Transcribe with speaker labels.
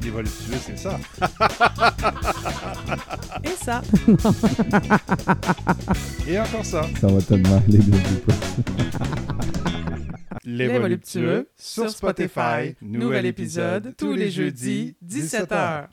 Speaker 1: des voluptueux, c'est ça.
Speaker 2: Et ça.
Speaker 1: Et encore ça.
Speaker 3: Ça va tellement aller bien du coup.
Speaker 1: Les,
Speaker 2: voluptueux, sur Spotify. Nouvel épisode tous les jeudis, 17h.